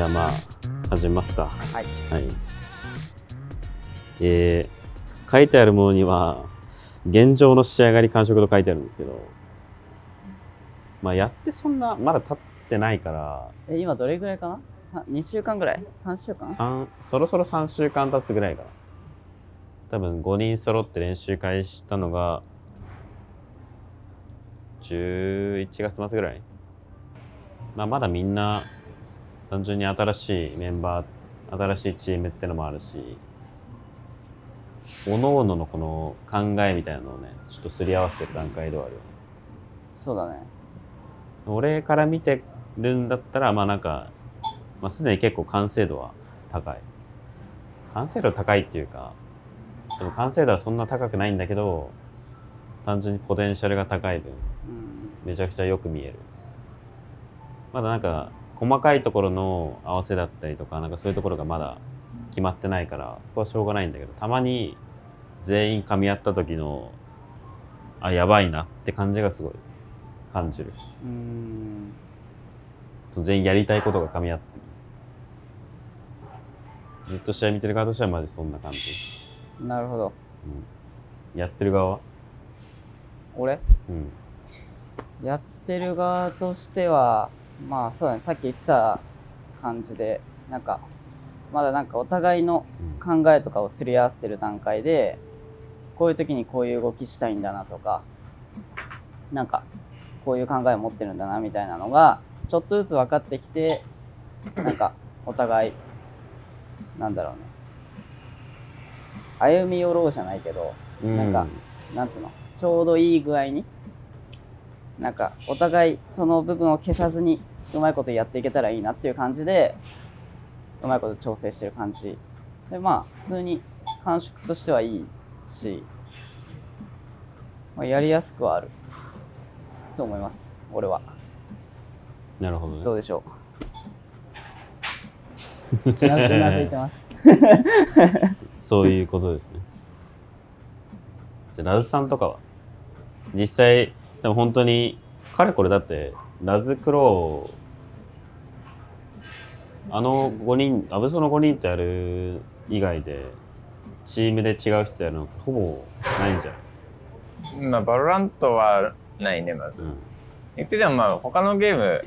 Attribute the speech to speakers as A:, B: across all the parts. A: ゃあまあ始めますか
B: はい
A: はいえー書いてあるものには現状の仕上がり感触と書いてあるんですけどまあやってそんなまだ経ってないから
B: え今どれぐらいかなさ2週間ぐらい3週間
A: 三そろそろ3週間経つぐらいかな多分5人揃って練習会したのが11月末ぐらい、まあ、まだみんな単純に新しいメンバー新しいチームってのもあるし各々のこの考えみたいなのをねちょっとすり合わせてる段階ではあるよね
B: そうだね
A: 俺から見てるんだったらまあなんか、まあ、すでに結構完成度は高い完成度高いっていうかでも完成度はそんな高くないんだけど単純にポテンシャルが高い分
B: うん
A: めちゃくちゃよく見えるまだなんか細かいところの合わせだったりとかなんかそういうところがまだ決まってないからそこはしょうがないんだけどたまに全員噛み合った時のあやばいなって感じがすごい感じる
B: うん
A: その全員やりたいことが噛み合った時ずっと試合見てる側としてはまでそんな感じ、
B: なるほど
A: うん、やってる側は
B: 俺
A: うん
B: やってる側としてはまあそうだねさっき言ってた感じでなんかまだなんかお互いの
A: うん
B: 考えとかをすり合わせてる段階でこういう時にこういう動きしたいんだなとかなんかこういう考えを持ってるんだなみたいなのがちょっとずつ分かってきてなんかお互いなんだろうね歩み寄ろうじゃないけどなんかなんつうのちょうどいい具合になんかお互いその部分を消さずにうまいことやっていけたらいいなっていう感じでうまいこと調整してる感じでまあ普通に感触としてはいいし、まあ、やりやすくはあると思います俺は
A: なるほど
B: ど
A: ね
B: うでしょううなずうなずいてます
A: そういうことですねじゃあラズさんとかは実際でも本当にかれこれだってラズクロウあの5人アブソの5人とやる以外でチームで違う人とやるのってほぼないんじゃない、
C: まあ、バロラントはないね、まず。
A: うん
C: 言ってても、まあ、他のゲーム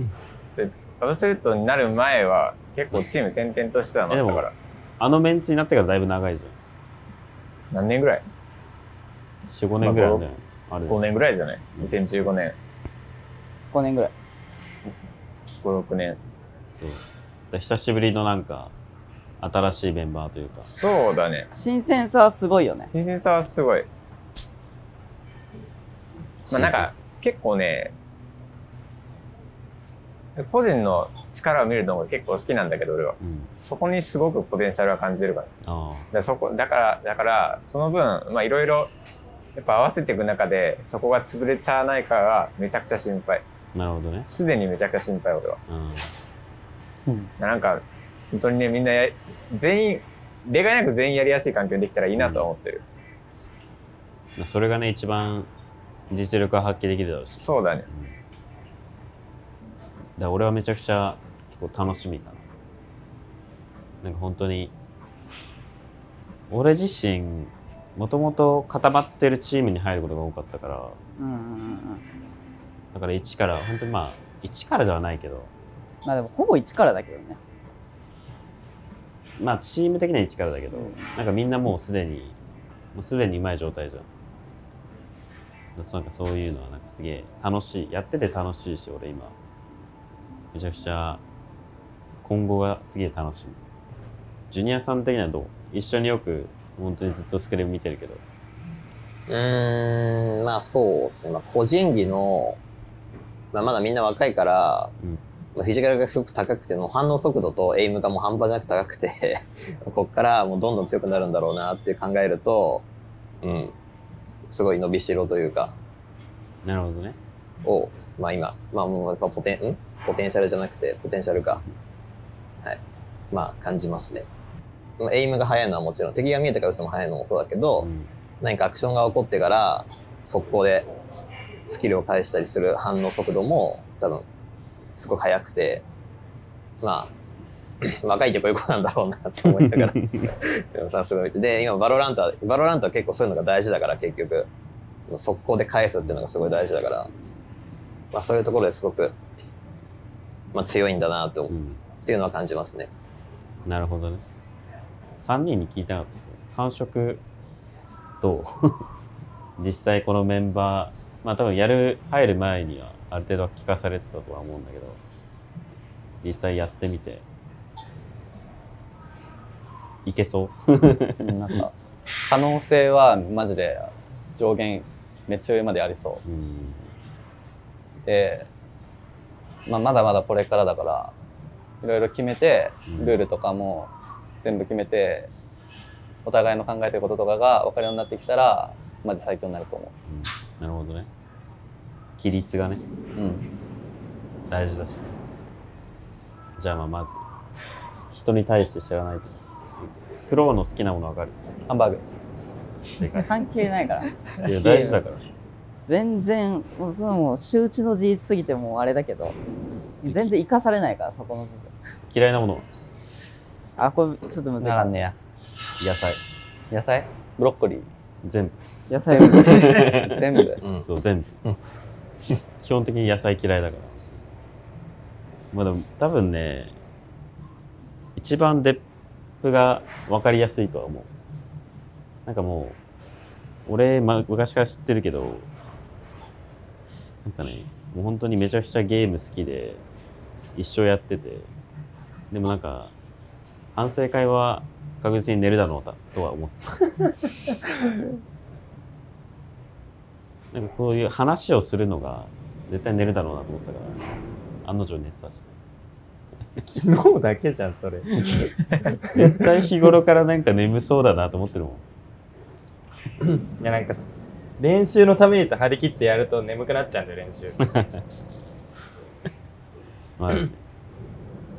C: で、バブスレットになる前は、結構チーム転々としてたのだから、
A: あのメンツになってからだいぶ長いじゃん
C: 何年ぐらい
A: 四五年ぐらいあるんじゃないあれ
C: ?5 年ぐらいじゃない ?2015 年、
B: 5年ぐらい
C: 5、6年。
A: そうだから久しぶりのなんか新しいメンバーというか
C: そうだね。
B: 新鮮さはすごいよね
C: 新鮮さはすごい。まあなんか結構ね、個人の力を見るのが結構好きなんだけど、俺は。
A: うん
C: そこにすごくポテンシャルは感じるから。
A: あ
C: だからそこ、だから、だから、その分、まあいろいろ、やっぱ合わせていく中で、そこが潰れちゃわないかがめちゃくちゃ心配。
A: あなるほどね
C: すでにめちゃくちゃ心配、俺は。
A: うん
C: なんか、本当にね、みんなや、全員、例外なく全員やりやすい環境にできたらいいなとは思ってる。
A: まあそれがね一番実力が発揮できるだろうし
C: そうだね。
A: だから俺はめちゃくちゃ結構楽しみかななんか本当に俺自身もともと固まってるチームに入ることが多かったから
B: うんうんうんうん
A: だから一から本当にまあ一からではないけど
B: まあでもほぼ1からだけどね
A: まあチーム的には一からだけど、
B: うん
A: なんかみんなもうすでにもうすでにうまい状態じゃんだからなんかそういうのはなんかすげえ楽しいやってて楽しいし俺今めちゃくちゃ今後がすげえ楽しみジュニアさん的にはどう一緒によく本当にずっとスクリーム見てるけど
D: うーん、まあそうですね。まあ個人技の、まあまだみんな若いから、
A: うん
D: まあフィジカルがすごく高くて、もう反応速度とエイムがもう半端じゃなく高くて、 こっからもうどんどん強くなるんだろうなって考えると、うん、すごい伸びしろというか、
A: なるほどね
D: を、まあ今、まあもうやっぱポテン、んポテンシャルじゃなくて、ポテンシャルか。はい。まあ感じますね。まあエイムが速いのはもちろん、敵が見えてから打つのも速いのもそうだけど、
A: うん
D: 何かアクションが起こってから速攻でスキルを返したりする反応速度も多分すごく速くてまあ 若いってこういう子なんだろうなって思いながらでもさすごい で今バロラントはバロラントは結構そういうのが大事だから結局速攻で返すっていうのがすごい大事だから、まあ、そういうところですごく、まあ、強いんだなと思
A: う
D: うんっていうのは感じますね。
A: なるほどね。3人に聞いたかったですね感触どう 実際このメンバー、まあ多分やる、入る前にはある程度は聞かされてたとは思うんだけど、実際やってみて、いけそう
E: うんなんか可能性はマジで上限めっちゃ上までありそう
A: うん。
E: うで、まあ、まだまだこれからだからいろいろ決めて
A: うん
E: ルールとかも全部決めてお互いの考えてることとかが分かるようになってきたらマジ最強になると思
A: なるほどね。規律がね、
E: う、うん、
A: 大事だしね。じゃあまあまず、人に対して知らないと。フローの好きなものわかる。
E: ハンバーグ
B: 関係ないから。
A: いや大事だから。
B: 全然、もうそのもう周知の事実すぎてもうあれだけど、全然生かされないから、そこの部分。
A: 嫌いなものは
B: あ、これちょっと難しい
E: ならんねや
A: 野菜。
E: 野菜ブロッコリ
A: 全部。
B: 野菜を。
E: ー全部
D: うん、
A: そう、全部。 基本的に野菜嫌いだから。まあでも、多分ね、一番デップが分かりやすいとは思う。なんかもう、俺、ま、昔から知ってるけど、なんかね、もう本当にめちゃくちゃゲーム好きで、一生やってて、でもなんか、反省会は確実に寝るだろうなとは思ったなんかこういう話をするのが絶対寝るだろうなと思ってたから、案の定寝てたし。
F: 昨日だけじゃん、それ。
A: 絶対日頃からなんか眠そうだなと思ってるもん。
F: いやなんか練習のためにと張り切ってやると眠くなっちゃうんだよ練習
A: まあ、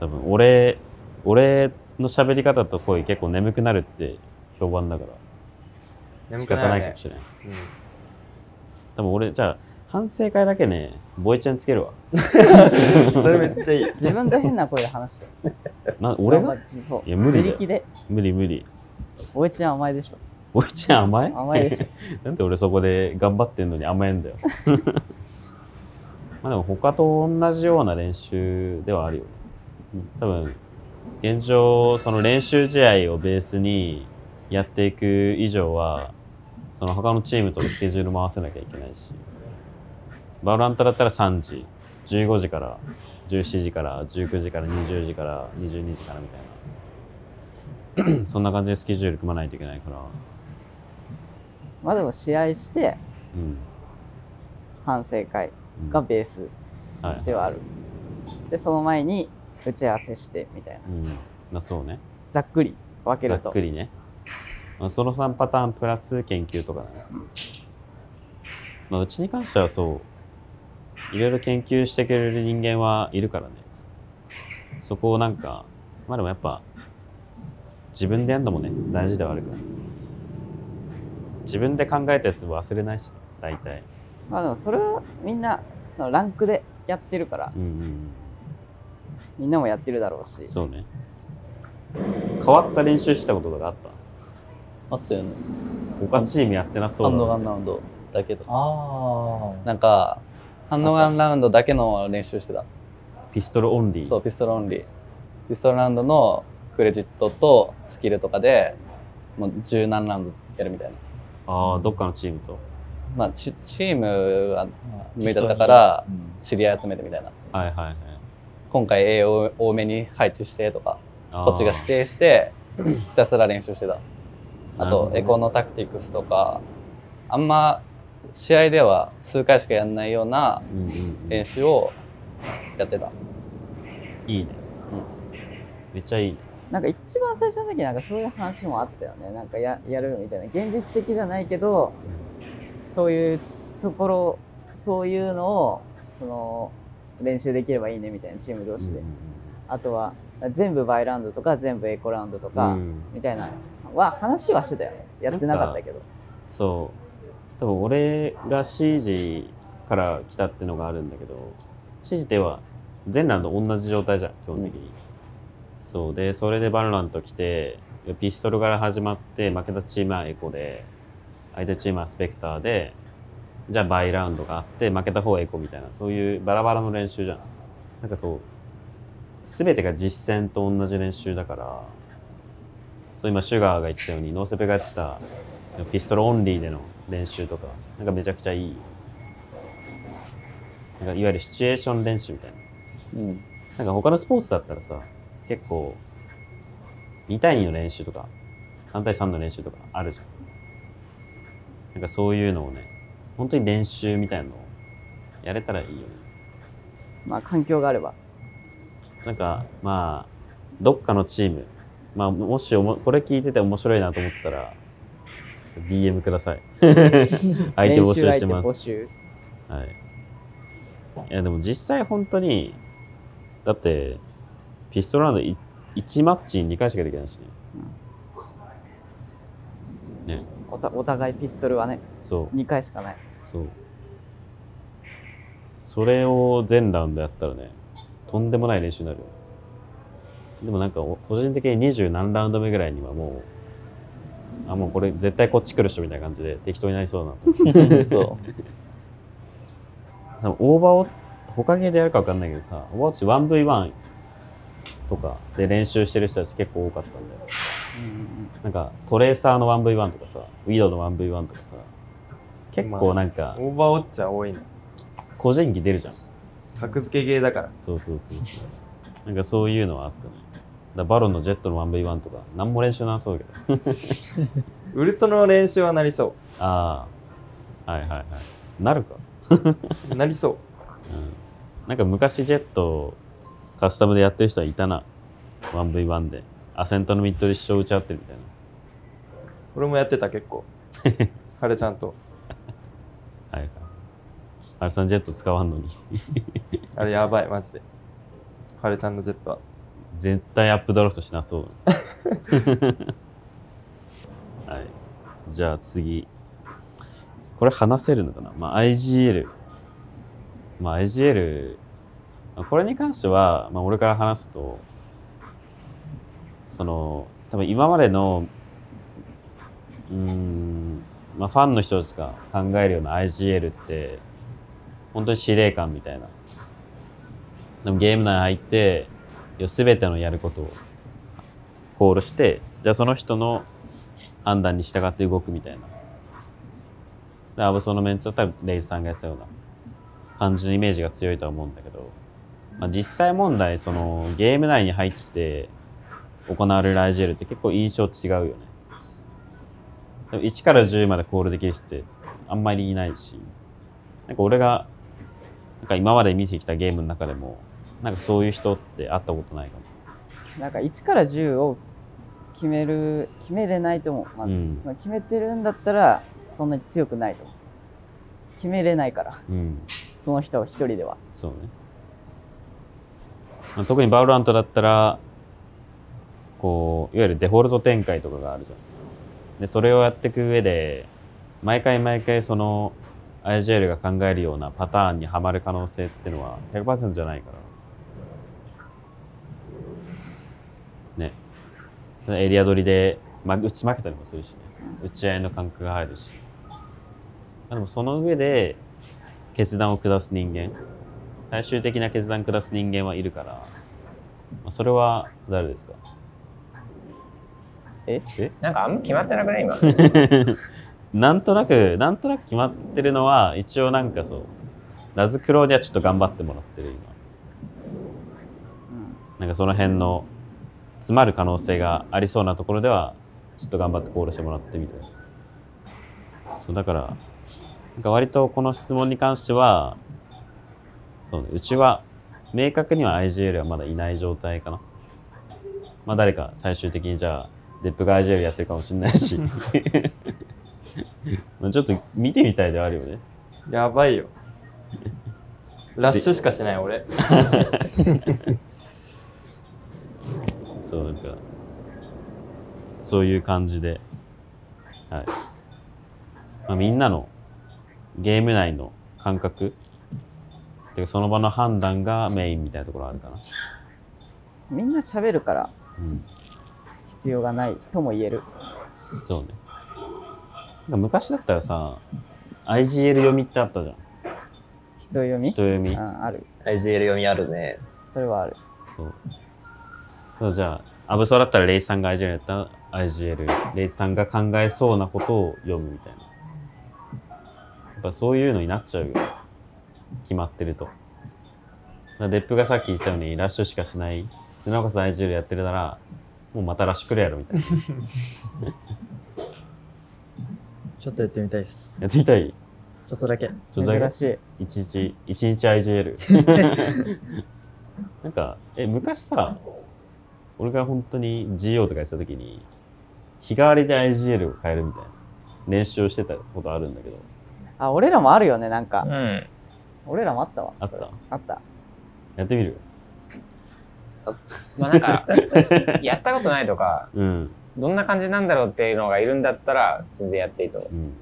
A: 多分俺、俺の喋り方と声結構眠くなるって評判だから、
F: 眠
A: 仕
F: く
A: 方
F: な
A: ない
F: る
A: か
F: ね
A: もしれない。
F: うん
A: 多分俺、じゃあ反省会だけね、ボイチェンつけるわ。
F: それめっちゃいい
B: 自分が変な声で話して。
A: な俺
B: まあ
A: が
B: そう
A: いや無理だよ
B: 自力で。
A: 無理無理。
B: おうちは甘いでしょ。
A: ボイチェン甘い
B: 甘 いでしょ。
A: なんで俺そこで頑張ってんのに甘えんだよ。まあでも他と同じような練習ではあるよね。多分、現状、その練習試合をベースにやっていく以上は、その他のチームとのスケジュールも合わせなきゃいけないし、バロラントだったら3時、15時から、17時から、19時から、20時から、22時からみたいな。そんな感じでスケジュール組まないといけないから。
B: まあでも試合して、
A: うん。
B: 反省会
A: うん
B: がベース
A: はい
B: ではある。で、その前に打ち合わせして、みたいな。
A: うん、まあそうね。
B: ざっくり分け
A: ざ
B: る
A: っ
B: と
A: く。りね。まあその3パターンプラス研究とかだね。まあ、うちに関してはそう、いろいろ研究してくれる人間はいるからね。そこをなんか、まあでもやっぱ、自分でやるのもね、大事ではあるから。自分で考えたやつ忘れないし、大体。
B: まあでもそれはみんな、そのランクでやってるから、
A: うんうん
B: みんなもやってるだろう
A: うん。
B: し。
A: そうね。変わった練習したこととかあった
E: あったよね
A: 他チームやってなそ
E: ハ
A: う
E: ン
A: だ
E: ドガ
A: な
E: ンラウンドだけど
F: あ
E: なんかハンドガンラウンドだけの練習してた
A: ピストルオンリー。
E: そうピストルオンリーピストルラウンドのクレジットとスキルとかでもう十何ラウンドやるみたいな
A: ああ、どっかのチームと。
E: まあチチームは
F: あ
E: 無理だったから
F: うん
E: 知り合い集めてみたいな
A: はいはいはい。
E: 今回 A を多めに配置してとか
A: あー
E: こっちが指定してひたすら練習してたあ
A: なるほど
E: と
A: ね
E: エコのタクティクスとかあんま試合では数回しかやんないような
A: うんうんうん
E: 練習をやってた
A: いいね。めっちゃいい。
B: なんか一番最初の時なんかそういう話もあったよね。なんかややるみたいな。現実的じゃないけど、そういうところ、そういうのを、その、練習できればいいねみたいなチーム同士で。あとは、全部バイラウンドとか、全部エコラウンドと
A: う
B: か、
A: ん、
B: みたいな、は、話はしてたよね。やってなかったけど。
A: そう。多分俺が CG から来たってのがあるんだけど、CG では全ラウンド同じ状態じゃん、基本的に。そうで、それでバロラント来て、ピストルから始まって、負けたチームはエコで、相手チームはスペクターで、じゃあバイラウンドがあって、負けた方はエコみたいな、そういうバラバラの練習じゃん。なんかそう、すべてが実戦と同じ練習だから、そう今、シュガーが言ったように、ノーセペがやってたピストルオンリーでの練習とか、なんかめちゃくちゃいい。なんかいわゆるシチュエーション練習みたいな。
E: うん。
A: なんか他のスポーツだったらさ、結構、2対2の練習とか、3対3の練習とかあるじゃん。なんかそういうのをね、本当に練習みたいなのをやれたらいいよね。
B: まあ環境があれば。
A: なんか、まあ、どっかのチーム、まあ、もしおも、これ聞いてて面白いなと思ったら、ちょっと DM ください。相手募集してます
B: 練習相手募。集。
A: はい。いや、でも実際本当に、だって、ピストルラウンドい1マッチに2回しかできないしね。
B: おたお互いピストルはね、
A: そう、
B: 2回しかない。
A: そう。それを全ラウンドやったらね、とんでもない練習になるよ。でもなんかお、個人的に20何ラウンド目ぐらいにはもう、あ、もうこれ絶対こっち来る人みたいな感じで適当になりそうだなと。
E: そ
A: さオーバーを、他ゲーでやるか分かんないけどさ、オーバーウォッチ 1V1 とかで練習してる人たち結構多かったんだよ。なんか、トレーサーの 1V1 とかさ、ウィドの 1V1 とかさ、結構なんか、
F: オーバーウォッチャー多いな
A: 個人技出るじゃん。そ
F: 格付けゲーだから
A: うそうそうそう。なんかそういうのはあったね。だからバロンのジェットの 1V1 とか、何も練習なさそうだけど。
F: ウルトの練習はなりそ
A: ああ、はいはいはい。なるか。
F: うなりそう
A: うんなんか昔ジェットカスタムでやってる人はいたな。1V1 で。アセントのミッドで一生打ち合ってるみたいな。
F: 俺もやってた結 構ハルさんと
A: はいはい。あれさんジェット使わんのに。
F: あれやばいマジでハルさんのジェットは
A: 絶対アップドラフトしなそう。 はい。じゃあ次。これ話せるのかなまあ IGL。まあ IGL。まあこれに関しては、まあ俺から話すと、その、多分今までの、うーん、まあファンの人たちが考えるような IGL って、本当に司令官みたいな。でもゲーム内入って、すべてのやることをコールしてじゃあその人の判断に従って動くみたいなでアブソのメンツだったらレイズさんがやったような感じのイメージが強いとは思うんだけど、まあ、実際問題そのゲーム内に入って行われる IGL って結構印象違うよねでも1から10までコールできる人ってあんまりいないしなんか俺がなんか今まで見てきたゲームの中でもなんかそういう人って会ったことないかも。
B: なんか1から10を決める、決めれないと思う。まず、
A: うん
B: その決めてるんだったら、そんなに強くないと思う。決めれないから、
A: うん、
B: その人一人では。
A: そうね。まあ特にバウラントだったら、こう、いわゆるデフォルト展開とかがあるじゃん。で、それをやっていく上で、毎回毎回その IGL が考えるようなパターンにはまる可能性っていうのは100%じゃないから。ね。ただエリア取りで、ま、打ち負けたりもするしね。打ち合いの感覚が入るし。まあでもその上で、決断を下す人間最終的な決断を下す人間はいるから、まあ、それは誰ですか
B: え
A: え
C: なんかあんま決まってなくない今
A: なんとなくなんとなく決まってるのは一応なんかそうラズクローにはちょっと頑張ってもらってる今
B: うん。
A: なんかその辺の詰まる可能性がありそうなところではちょっと頑張ってコールしてもらってみたいなそうだからなんか割とこの質問に関してはそう,、ね、うちは明確には IGL はまだいない状態かなまあ誰か最終的にじゃあデップが IGL やってるかもしれないしまあちょっと見てみたいではあるよね
F: やばいよラッシュしかしない俺
A: そうなんかそういう感じで、はいまあ、みんなのゲーム内の感覚てかその場の判断がメインみたいなところあるかな
B: みんな喋るから
A: うん、
B: 必要がないとも言える。
A: そうねなんか昔だったらさ IGL 読みってあったじゃん
B: 人読み
A: 人読み
B: あある。
D: IGL 読みあるね。
B: それはある。
A: そうそうじゃあアブソだったらレイジさんが IGL やったら IGL レイジさんが考えそうなことを読むみたいなやっぱそういうのになっちゃうよ決まってるとだからデップがさっき言ってたようにラッシュしかしないでなおかつ IGL やってるならもうまたラッシュくれやろみたいな
G: ちょっとやってみたいです。
A: やってみたい
G: ちょっとだけ。
A: ちょっとだけ
B: 珍しい。
A: 一日、一日 IGL。なんか、え、昔さ、俺が本当に GO とかやってた時に、日替わりで IGL を変えるみたいな練習をしてたことあるんだけど、
B: あ、俺らもあるよね、なんか
C: う。ん。
B: 俺らもあったわ。
A: あった
B: あった。
A: やってみる
C: まあなんか、 やったことないとか、
A: うん。
C: どんな感じなんだろうっていうのがいるんだったら、全然やっていいと思う。
A: うん。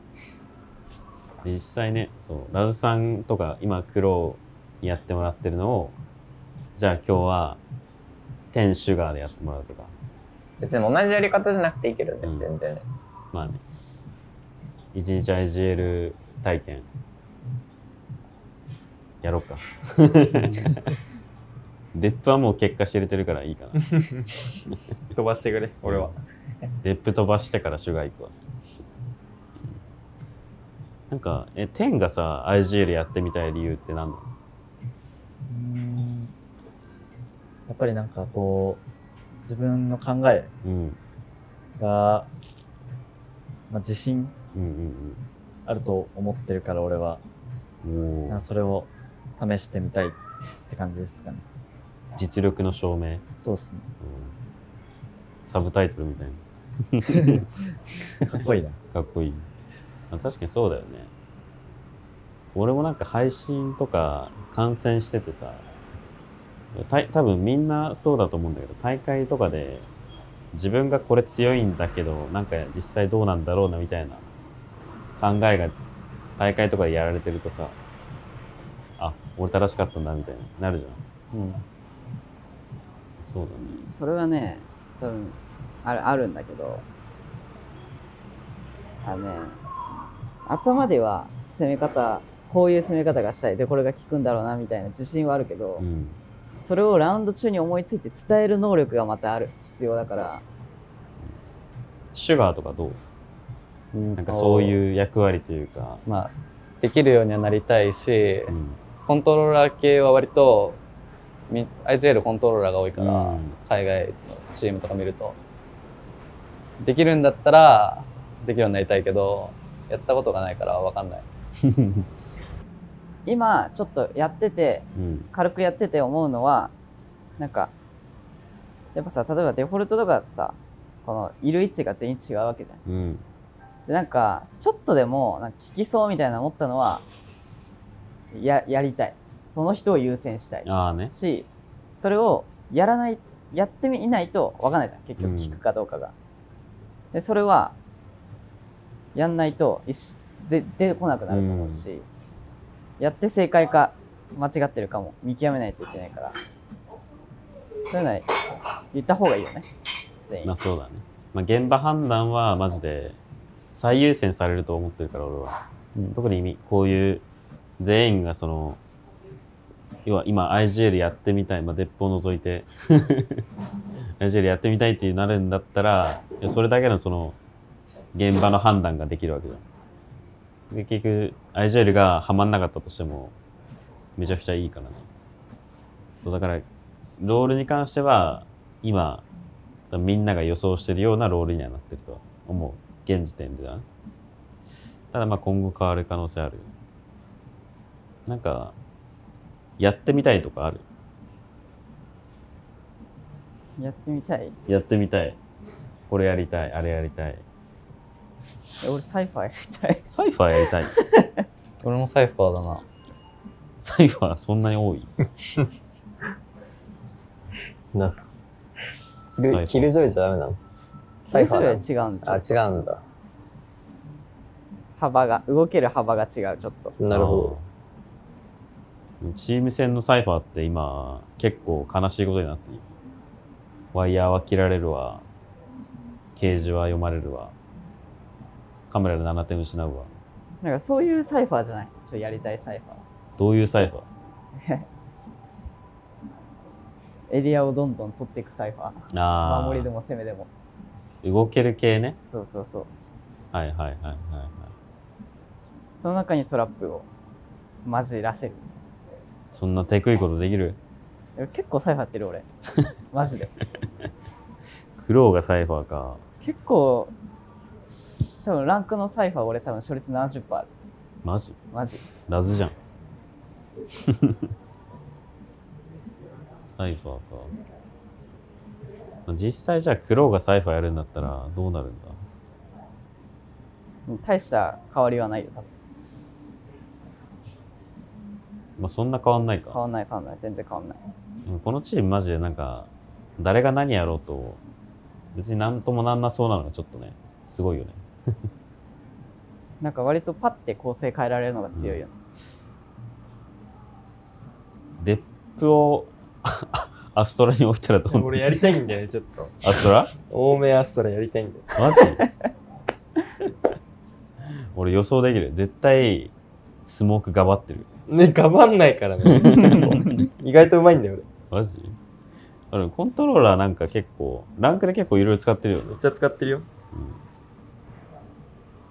A: で実際ね、そう、ラズさんとか、今、苦労にやってもらってるのを、じゃあ今日は、テンシュガーでやってもらうとか、
C: 別に同じやり方じゃなくていいけどね、
A: うん
C: 全然。
A: まあね。一日 IGL 体験。やろうか。 デップはもう結果知れてるからいいかな。
F: 飛ばしてくれ、俺は。。
A: デップ飛ばしてからシュガー行くわ。なんか、え、テンがさ、IGL やってみたい理由って何なの
G: うーんやっぱりなんかこう、自分の考え
A: うん。
G: が、まあ、自信
A: うん
G: あると思ってるから俺は、
A: うんうん。
G: な
A: お
G: んか
A: ー
G: それを試してみたいって感じですかね。
A: 実力の証明。うん
G: そうですね。
A: サブタイトルみたいな。
G: かっこいいな。
A: かっこいい。まあ、確かにそうだよね。俺もなんか配信とか観戦しててさ、た多分みんなそうだと思うんだけど、大会とかで自分がこれ強いんだけど、なんか実際どうなんだろうなみたいな考えが大会とかでやられてるとさ、あ、俺正しかったんだみたいになるじゃん。うん。そうだね。
B: それはね、多分あるあるんだけど、あのね、頭では攻め方、こういう攻め方がしたい、で、これが効くんだろうなみたいな自信はあるけど、
A: うん。
B: それをラウンド中に思いついて伝える能力がまたある、必要だから、
A: シュガーとかどうなんかそういう役割というか、
E: まあ、できるようにはなりたいし、
A: うん
E: コントローラー系は割と、み IGL コントローラーが多いから、
A: うん
E: 海外のチームとか見ると。できるんだったら、できるようになりたいけど、やったことがないからわかんない。
B: 今、ちょっとやってて、
A: うん
B: 軽くやってて思うのは、なんか、やっぱさ、例えばデフォルトとかだとさ、このいる位置が全員違うわけじゃん。
A: うん
B: でなんかちょっとでもなんか聞きそうみたいな思ったのはややりたいその人を優先したい
A: ああね
B: しそれをやらないやってみないと分かんないじゃん結
A: うん
B: 局聞くかどうかが、でそれはやんないと一しで出てこなくなると思うし、やって正解か間違ってるかも見極めないといけないからそういうのは言った方がいいよね全員、
A: まあそうだね、まあ、現場判断はマジで最優先されると思ってるから俺は、特にみこういう全員がその要は今 IGL やってみたい、まあ、鉄砲を除いて IGL やってみたいってなるんだったらいやそれだけのその現場の判断ができるわけじゃんで結局 IGL がハマんなかったとしてもめちゃくちゃいいからねそうだからロールに関しては今みんなが予想してるようなロールにはなってるとは思う現時点ではただまあ今後変わる可能性あるなんかやってみたいとかある
B: やってみたい
A: やってみたいこれやりたいあれやりたい
B: え俺サイファーやりたい
A: サイファーやりたい
E: 俺もサイファーだな。
A: サイファーそんなに多い
D: キルキルジョイじゃダメなのサイファーなの
B: それぞれ違うんだ
D: あ、違うんだ。
B: 幅が動ける幅が違うちょっと
D: なるほ
A: あーチーム戦のサイファーって今結構悲しいことになっているワイヤーは切られるわ。ケージは読まれるわ。カメラで7点失うわ。
B: なんかそういうサイファーじゃない。ちょっとやりたいサイファ
A: どういうサイファー
B: ー。エリアをどんどん取っていくサイファー。
A: あ
B: 守りで
A: あ
B: も攻めでも。
A: 動ける系ね。
B: そうそうそう。
A: はいはいはいはい、はい。
B: その中にトラップを混じらせる。
A: そんな手くいことできる
B: 結構サイファーやってる俺。マジで。
A: 苦労がサイファーか。
B: 結構、多分ランクのサイファー俺多分勝率70%ある。
A: マジ
B: マジ。
A: ラズじゃん。 サイファーか。まあ実際じゃあ苦労がサイファーやるんだったらどうなるんだ
B: 大した変わりはないよ、多分。
A: まあそんな変わんないか
B: 変。わんない変わんない。全然変わんない。
A: うんこのチームマジでなんか誰が何やろうと別になんともなんなそうなのがちょっとねすごいよね
B: なんか割とパッて構成変えられるのが強いよね。
A: デップを あアストラに置いたらどうなる
F: 俺やりたいんだよね、ちょっと。
A: アストラ
F: 多めアストラやりたいんだよ。
A: マジ俺予想できる絶対スモークがばってる
F: ね、がばんないからね。意外とうまいんだよ、俺。
A: マジあれコントローラーなんか結構ランクで結構いろいろ使ってるよね
F: めっちゃ使ってるよ。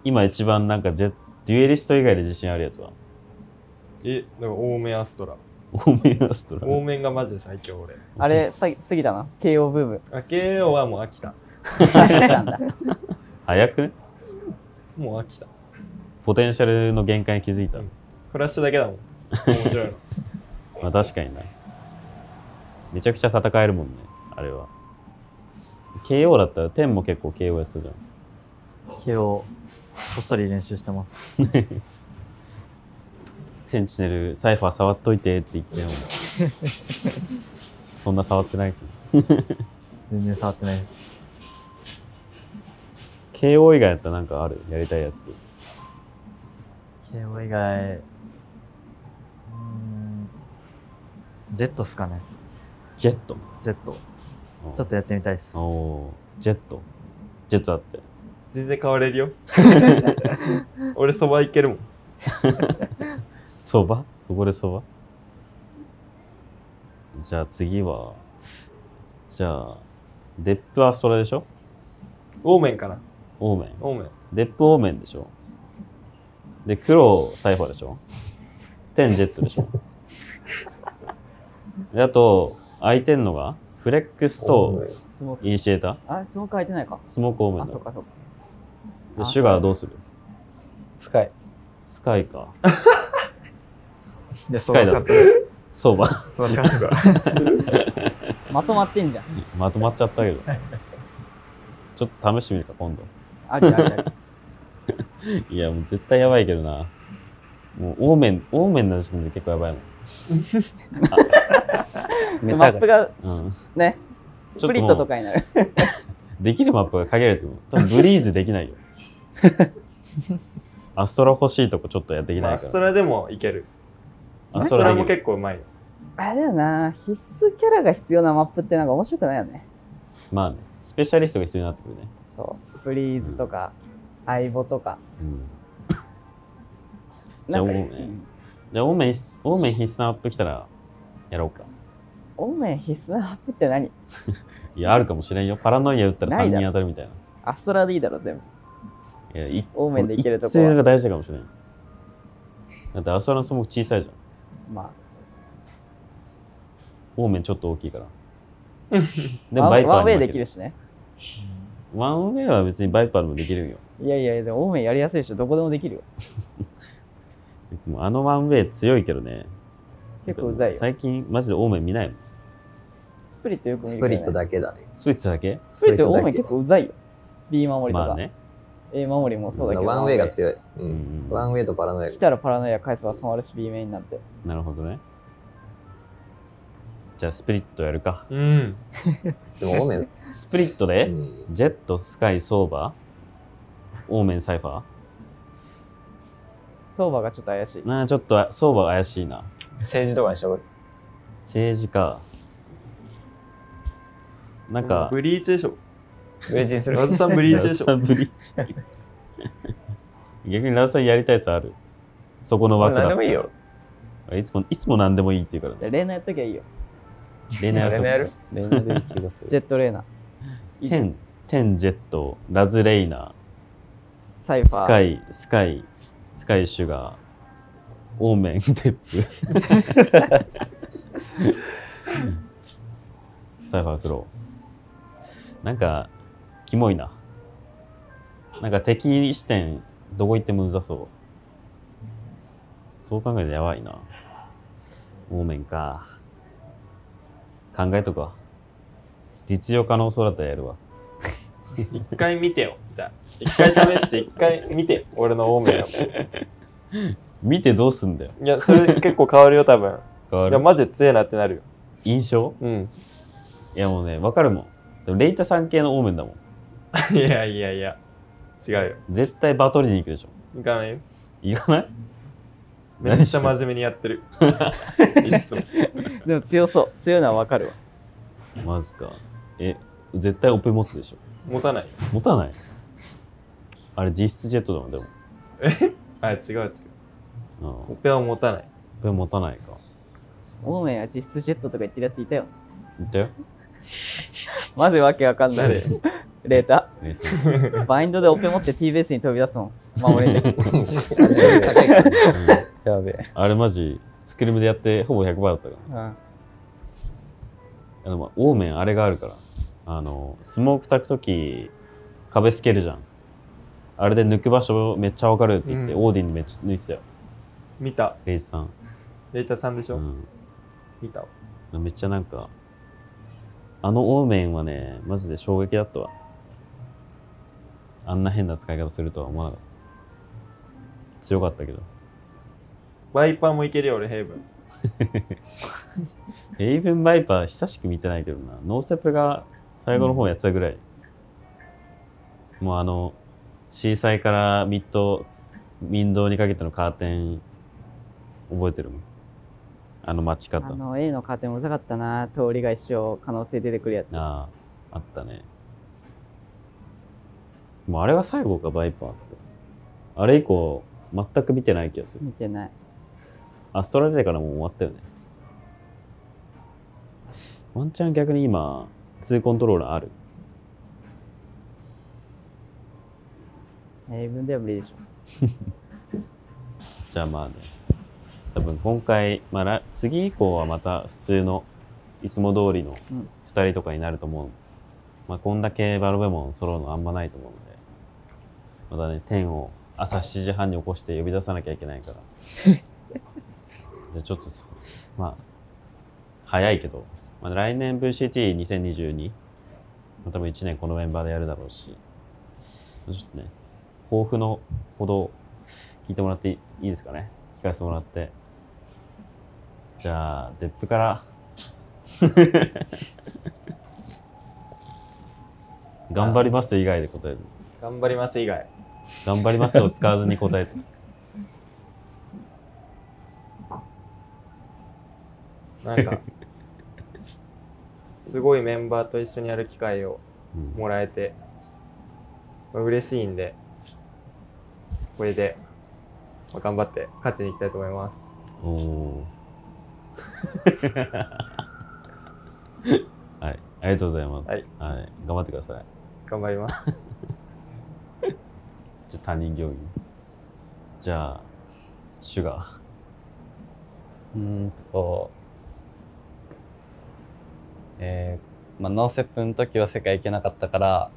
A: 今一番なんかジェデュエリスト以外で自信あるやつは
F: え、だから多めアストラ。
A: オーメンアストラ
F: 多めがマジで最強、俺。
B: あれ、さ過ぎたな。KO ブーム。
F: あ、KO はもう飽きた。
B: 飽きたんだ。
A: 早くね
F: もう飽きた。
A: ポテンシャルの限界に気づいた、
F: うんフラッシュだけだもん。面白いの。
A: まあ確かにな。めちゃくちゃ戦えるもんね、あれは。KO だったら、天も結構 KO やってたじゃん。
G: 毛をこっそり練習してます。
A: センチネル、サイファー触っといてって言っても。そんな触ってないし。
G: 全然触ってないです。
A: KO 以外やったらなんかあるやりたいやつ。
G: 毛を以外、うーん、ジェットっすかね。
A: ジェット。
G: ジェット。ちょっとやってみたいです。
A: おージェット。ジェットだって。
F: 全然変われ るよ。俺、そばいけるもん。
A: そばそこでそばじゃあ次は、じゃあ、デップアストラでしょ
F: 多めかな。
A: オーメン。
F: 多め。
A: デップオーメンでしょで、黒サイファーでしょ天ジェットでしょで、あと、空いてんのが、フレックスと
B: スモーク。
A: イニシエーター
B: あれ、スモーク入ってないか。
A: スモークオーメ
B: あ、
A: ンだ
B: そうかそうか。
A: で、シュガーどうする
E: スカイ。
A: スカイか。
C: で、そ
A: 近い
C: ば
A: な
C: 使ってる。
A: そうば。
C: そば使ってるから。
B: まとまってんじゃん。
A: まとまっちゃったけど。ちょっと試してみるか、今度。
B: ありありあり。
A: いや、もう絶対やばいけどな。もう、オーメン、オーメンの時点で結構やばいもん。
E: メ
B: マ
E: タ
B: ップ
E: が。
B: が
A: うん。
B: ね、スプリットとかになる。
A: できるマップが限られてくる。多分ブリーズできないよ。アストラ欲しいとこちょっとやっていけ
F: まあ
A: ないか
F: アス
A: ら。
F: トラでもいける。アストラも結構うまいよ。
B: あれだよな、必須キャラが必要なマップってなんか面白くないよね。
A: まあね、スペシャリストが必要になってくるね。
B: そう、フリーズとか、相棒とか。
A: うん。じゃあ、オー
B: なん
A: メ
B: か
A: ン。じゃあ、オーメン、オーメン必須なマップ来たら、やろうか。
B: オーメン必須なマップって何
A: いや、あるかもしれんよ。パラノイア打ったら
B: な
A: 3
B: いだろ
A: 人当たるみたいな。
B: アストラでいいだろ、全
A: い
B: 部。
A: や、い
B: オーメンでいけると
A: 一
B: こ
A: 斉
B: は。
A: が大事だかもしれん。だって、アストラのスモーク小さいじゃん。
B: ま
A: オーメンちょっと大きいから。で
B: あ、ワンワンウ
A: に
B: ェ
A: 負け
B: イできる。しね。
A: ワンウェイは別にバイパーでもできるんよ。
B: いやいや、でもオーメンやりやすいでしょ、どこでもできるよ。
A: もうあのワンウェイ強いけどね。
B: 結構うざいよ
A: 最近、マジでオーメン見ないもん。
B: スプリットよく見る
D: ス
B: け
D: プ
B: どね
D: リットだけだね。
A: スプリッツだけ
B: スプリットオーメン
D: スプリットだけ
B: 結構うざいよ。B 守りと
A: ま
B: か、
A: あね。
B: A 守りもそうだけど。
D: ワンウェイが強い。う。
A: うんん
D: ワンウェイとパラノイア
B: 来たらパラノイア返せば止まるし、B メインなんて。
A: なるほどね。じゃあ、スプリットやるか。
F: うん。
D: でもオーメン、
A: スプリット
D: う
A: で、
D: ん
A: ジェット、スカイ、ソーバー、オーメン、サイファ
B: 相場がちょっと怪しい
A: ー。。なあ、ちょっと、ソーバー怪しいな。
C: 政治とかにしよう。
A: 政治か。なんか、
F: ブリーチでしょ。
C: ブリッジにする
F: ラズさんブリーチでし
A: ラウ
F: ょ。
A: さんブリーチ 逆にラウさんやりたいやつあるそこの枠だ
C: 何
A: ったら
C: でもいいよ
A: いつもいつも何でもいいって言うからね
B: でレーナーやっときゃいいよ。
A: レナ
C: レナやる
E: レーナでいい気がす
B: ジェ
E: る。
B: ットレーナー。
A: テンテンジェットラズレイナ
B: サイフ
A: ス
B: ァー。
A: カイスカイスカイシュガーオーメンテップ サイファーフローなんかキモいななんか敵視点どこ行ってもうざそうそう考えるとやばいなオーメンか考えとくわ実用可能そうだったらやるわ
F: 一回見てよ。じゃあ。一回試して、一回見てよ。俺のオー メンを。
A: 見てどうすんだよ
F: いや、それ結構変わるよ、多分。
A: 変わ
F: いや、
A: る
F: マジで強えなってなるよ。
A: 印象
F: うん。
A: いやもうね、わかるもん。でもレイタさん系のオーメンだもん。
F: いやいやいや。違うよ。
A: 絶対バトルに行くでしょ。
F: 行かないよ。
A: 行かない
F: めっちゃ真面目にやってる。いつも。
B: でも強そう。強いのはわかるわ。
A: マジか。え、絶対オペ持つでしょ。
F: 持たない。
A: 持たないあれ実質ジェットだもん、でも。
F: あ、違う違う。
A: うん。
F: オペは持た ない。
A: オペ持たないか。
B: オーメンは実質ジェットとか言ってるやついたよ。
A: 言ったよ。
B: マジわけわかんな い。
F: 誰
B: レータ
A: ねそ
B: ー。バインドでオペ持って T ベースに飛び出すもん。守りに。
D: 勝率高いから。
A: ううん
E: やべえ。
A: あれマジ、スクリームでやってほぼ100%だったから。い
B: うん。
A: やでも、オーメンあれがあるから。あの、スモーク焚くとき、壁つけるじゃん。あれで抜く場所めっちゃわかるって言って、
F: うん
A: オーディンにめっちゃ抜いてたよ。
F: 見た。
A: レイジさん。
F: レイタさんでし
A: う
F: ょ、
A: ん。
F: 見た。
A: めっちゃなんか、あのオーメンはね、マジで衝撃だったわ。あんな変な使い方するとは思わなかった。強かったけど。
F: ワイパーもいけるよ、俺、ヘイブン。
A: エイブン・バイパー久しく見てないけどな。ノーセップが最後の方やってたぐらい。もうあの、シーサイからミッド、ウィンドウにかけてのカーテン、覚えてるもん。あの待ち
B: あ
A: 方。あ
B: の A のカーテンうざかったな。通りが一生可能性出てくるやつ。
A: あー、あったね。もうあれが最後か、バイパーって。あれ以降、全く見てない気がする。
B: 見てない。
A: アストラ出てからもう終わったよね。ワンチャン逆に今、2コントローラーある。
B: 英文では無理でしょ。
A: じゃあまあね。多分今回、まあら、次以降はまた普通の、いつも通りの
B: うん
A: 2人とかになると思う。まあこんだけバルベモン揃うのあんまないと思うので。またね、天を朝7時半に起こして呼び出さなきゃいけないから。じゃあちょっとそ、まあ、早いけど、まあ、来年 VCT2022、まあ、多分1年このメンバーでやるだろうし、ちょっとね、抱負のほど聞いてもらっていいですかね聞かせてもらって。じゃあ、デップから。頑張ります以外で答える。
F: 頑張ります、以外。
A: 頑張りますを使わずに答えて。
F: なん か、すごいメンバーと一緒にやる機会を
A: うん
F: もらえて、まあ嬉しいんで、これで、まあ頑張って勝ちに行きたいと思います。
A: おーはい、ありがとうございます。
F: はい、
A: 頑張ってください。
F: 頑張ります。
A: じゃあ他人行儀。じゃあ、シュガー。
E: うーんと。えー、まあ、ノーセップの時は世界行けなかったから、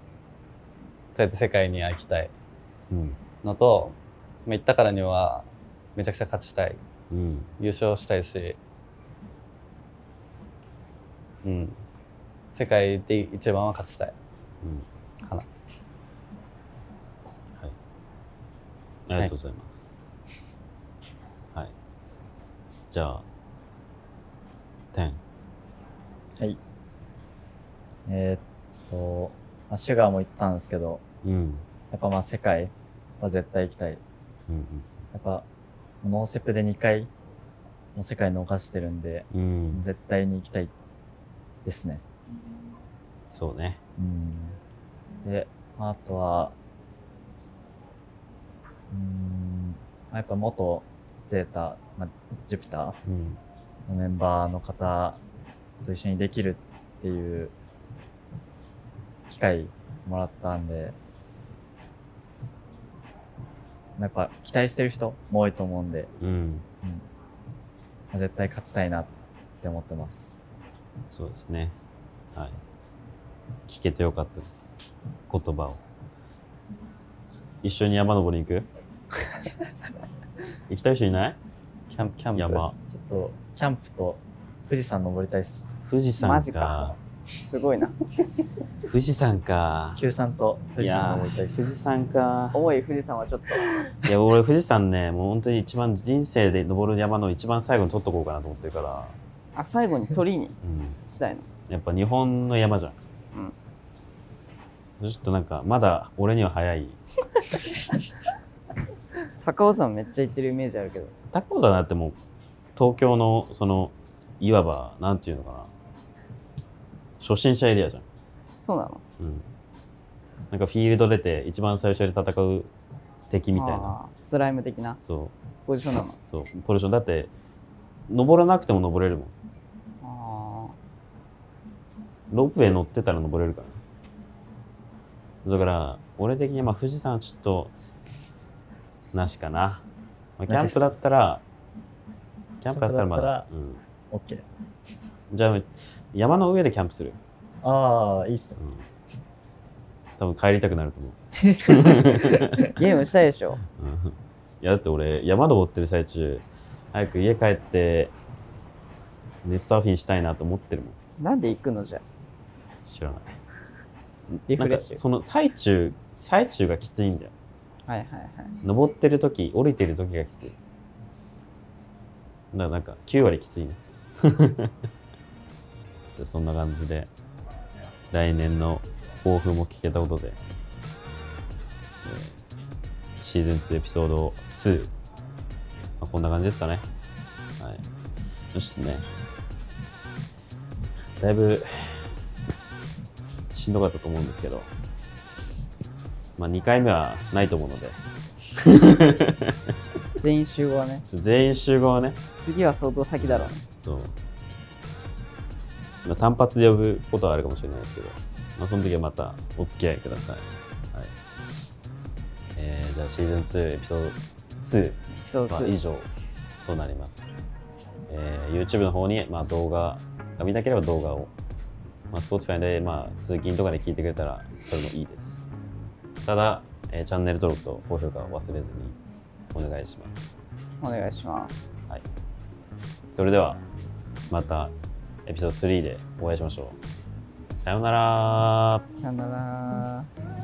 E: とりあえず世界には行きたい
A: うん。
E: のと、まあ、行ったからには、めちゃくちゃ勝ちたい。
A: うん。
E: 優勝したいし、うん。世界で一番は勝ちたい。
A: うん
E: かな。
A: ありがとうございます。はい。じゃあ、10。
G: はい。えーっと、まあシュガーも言ったんですけど、
A: うん。うん
G: やっぱまあ世界は絶対行きたい。
A: うん。
G: やっぱ、ノーセップで2回、もう世界逃してるんで、
A: うん。
G: 絶対に行きたいですね。
A: そうね。
G: うん。で、まああとは、うーん、まあやっぱ元ゼータ、まあ、ジュピター
A: うん。
G: のメンバーの方と一緒にできるっていう機会もらったんで、まあやっぱ期待してる人も多いと思うんで、
A: うん。
G: うんまあ絶対勝ちたいなって思ってます。
A: そうですね。はい。聞けてよかったです。言葉を。一緒に山登り に行く行きたい人いない
E: キャンキャンプ
A: 山。
G: ちょっと、キャンプと富士山登りたいっす。
A: 富士山
B: マ
A: か
B: ジかすごいな。
A: 富士山か。
G: Q さんと富
A: い
G: 士山
A: や
G: 登りたいっ
A: ー
G: す。
A: 富士山か。
B: 多い富士山はちょっと。
A: いや、俺富士山ね、もう本当に一番人生で登る山の一番最後に取っとこうかなと思ってるから。
B: あ、最後に鳥に
A: うん。
B: したいの。
A: やっぱ日本の山じゃん。ちょっとなんか、まだ俺には早い。
B: 高尾山めっちゃ行ってるイメージあるけど。
A: 高尾山だってもう、東京の、その、いわば、なんていうのかな。初心者エリアじゃん。
B: そうなの
A: うん。なんかフィールド出て、一番最初に戦う敵みたいな。
B: あースライム的な
A: そ
B: ポジションなの
A: う、そう、ポジション。だって、登らなくても登れるもん。。
B: あー
A: ロープウェイ乗ってたら登れるから。だから、俺的にはまあ富士山はちょっと、なしかな。まあ、キャンプだったら、キャンプだったらまだ。
G: オッケー。
A: うん、じゃあ、山の上でキャンプする。
G: ああ、いいっすね。
A: うん、多分帰りたくなると思う。
B: ゲームしたいでしょ。
A: うんいや、だって俺、山登ってる最中、早く家帰って、ネットサーフィンしたいなと思ってるもん。
B: なんで行くのじゃ。
A: 知らない。
B: リフレッ
A: なん
B: シ
A: か
B: ュ。
A: その最中、最中がきついんだよ。
B: はいはいはい。
A: 登ってる時降りてる時がきついだからなんか9割きついね じゃあそんな感じで来年の抱負も聞けたことで、えーシーズン2エピソード2、まあ、こんな感じですかねはいよしねだいぶしんどかったと思うんですけどまあ2回目はないと思うので
B: 全員集合はね。
A: ちょ全員集合はね、
B: 次は相当先だろうね。
A: そう。まあ単発で呼ぶことはあるかもしれないですけど、まあ、その時はまたお付き合いください。はい。えー、じゃあシーズン2エピソード2。
B: エピソード
A: まあ、
B: 2
A: 以上となります。えー YouTube の方に、まあ、動画が見たければ動画を、まあ、Spotify で、まあ、通勤とかで聞いてくれたらそれもいいです。ただ、えーチャンネル登録と高評価を忘れずにお願いします。
B: お願いします。
A: はい、それではまたエピソード3でお会いしましょう。さようなら。
B: さよなら。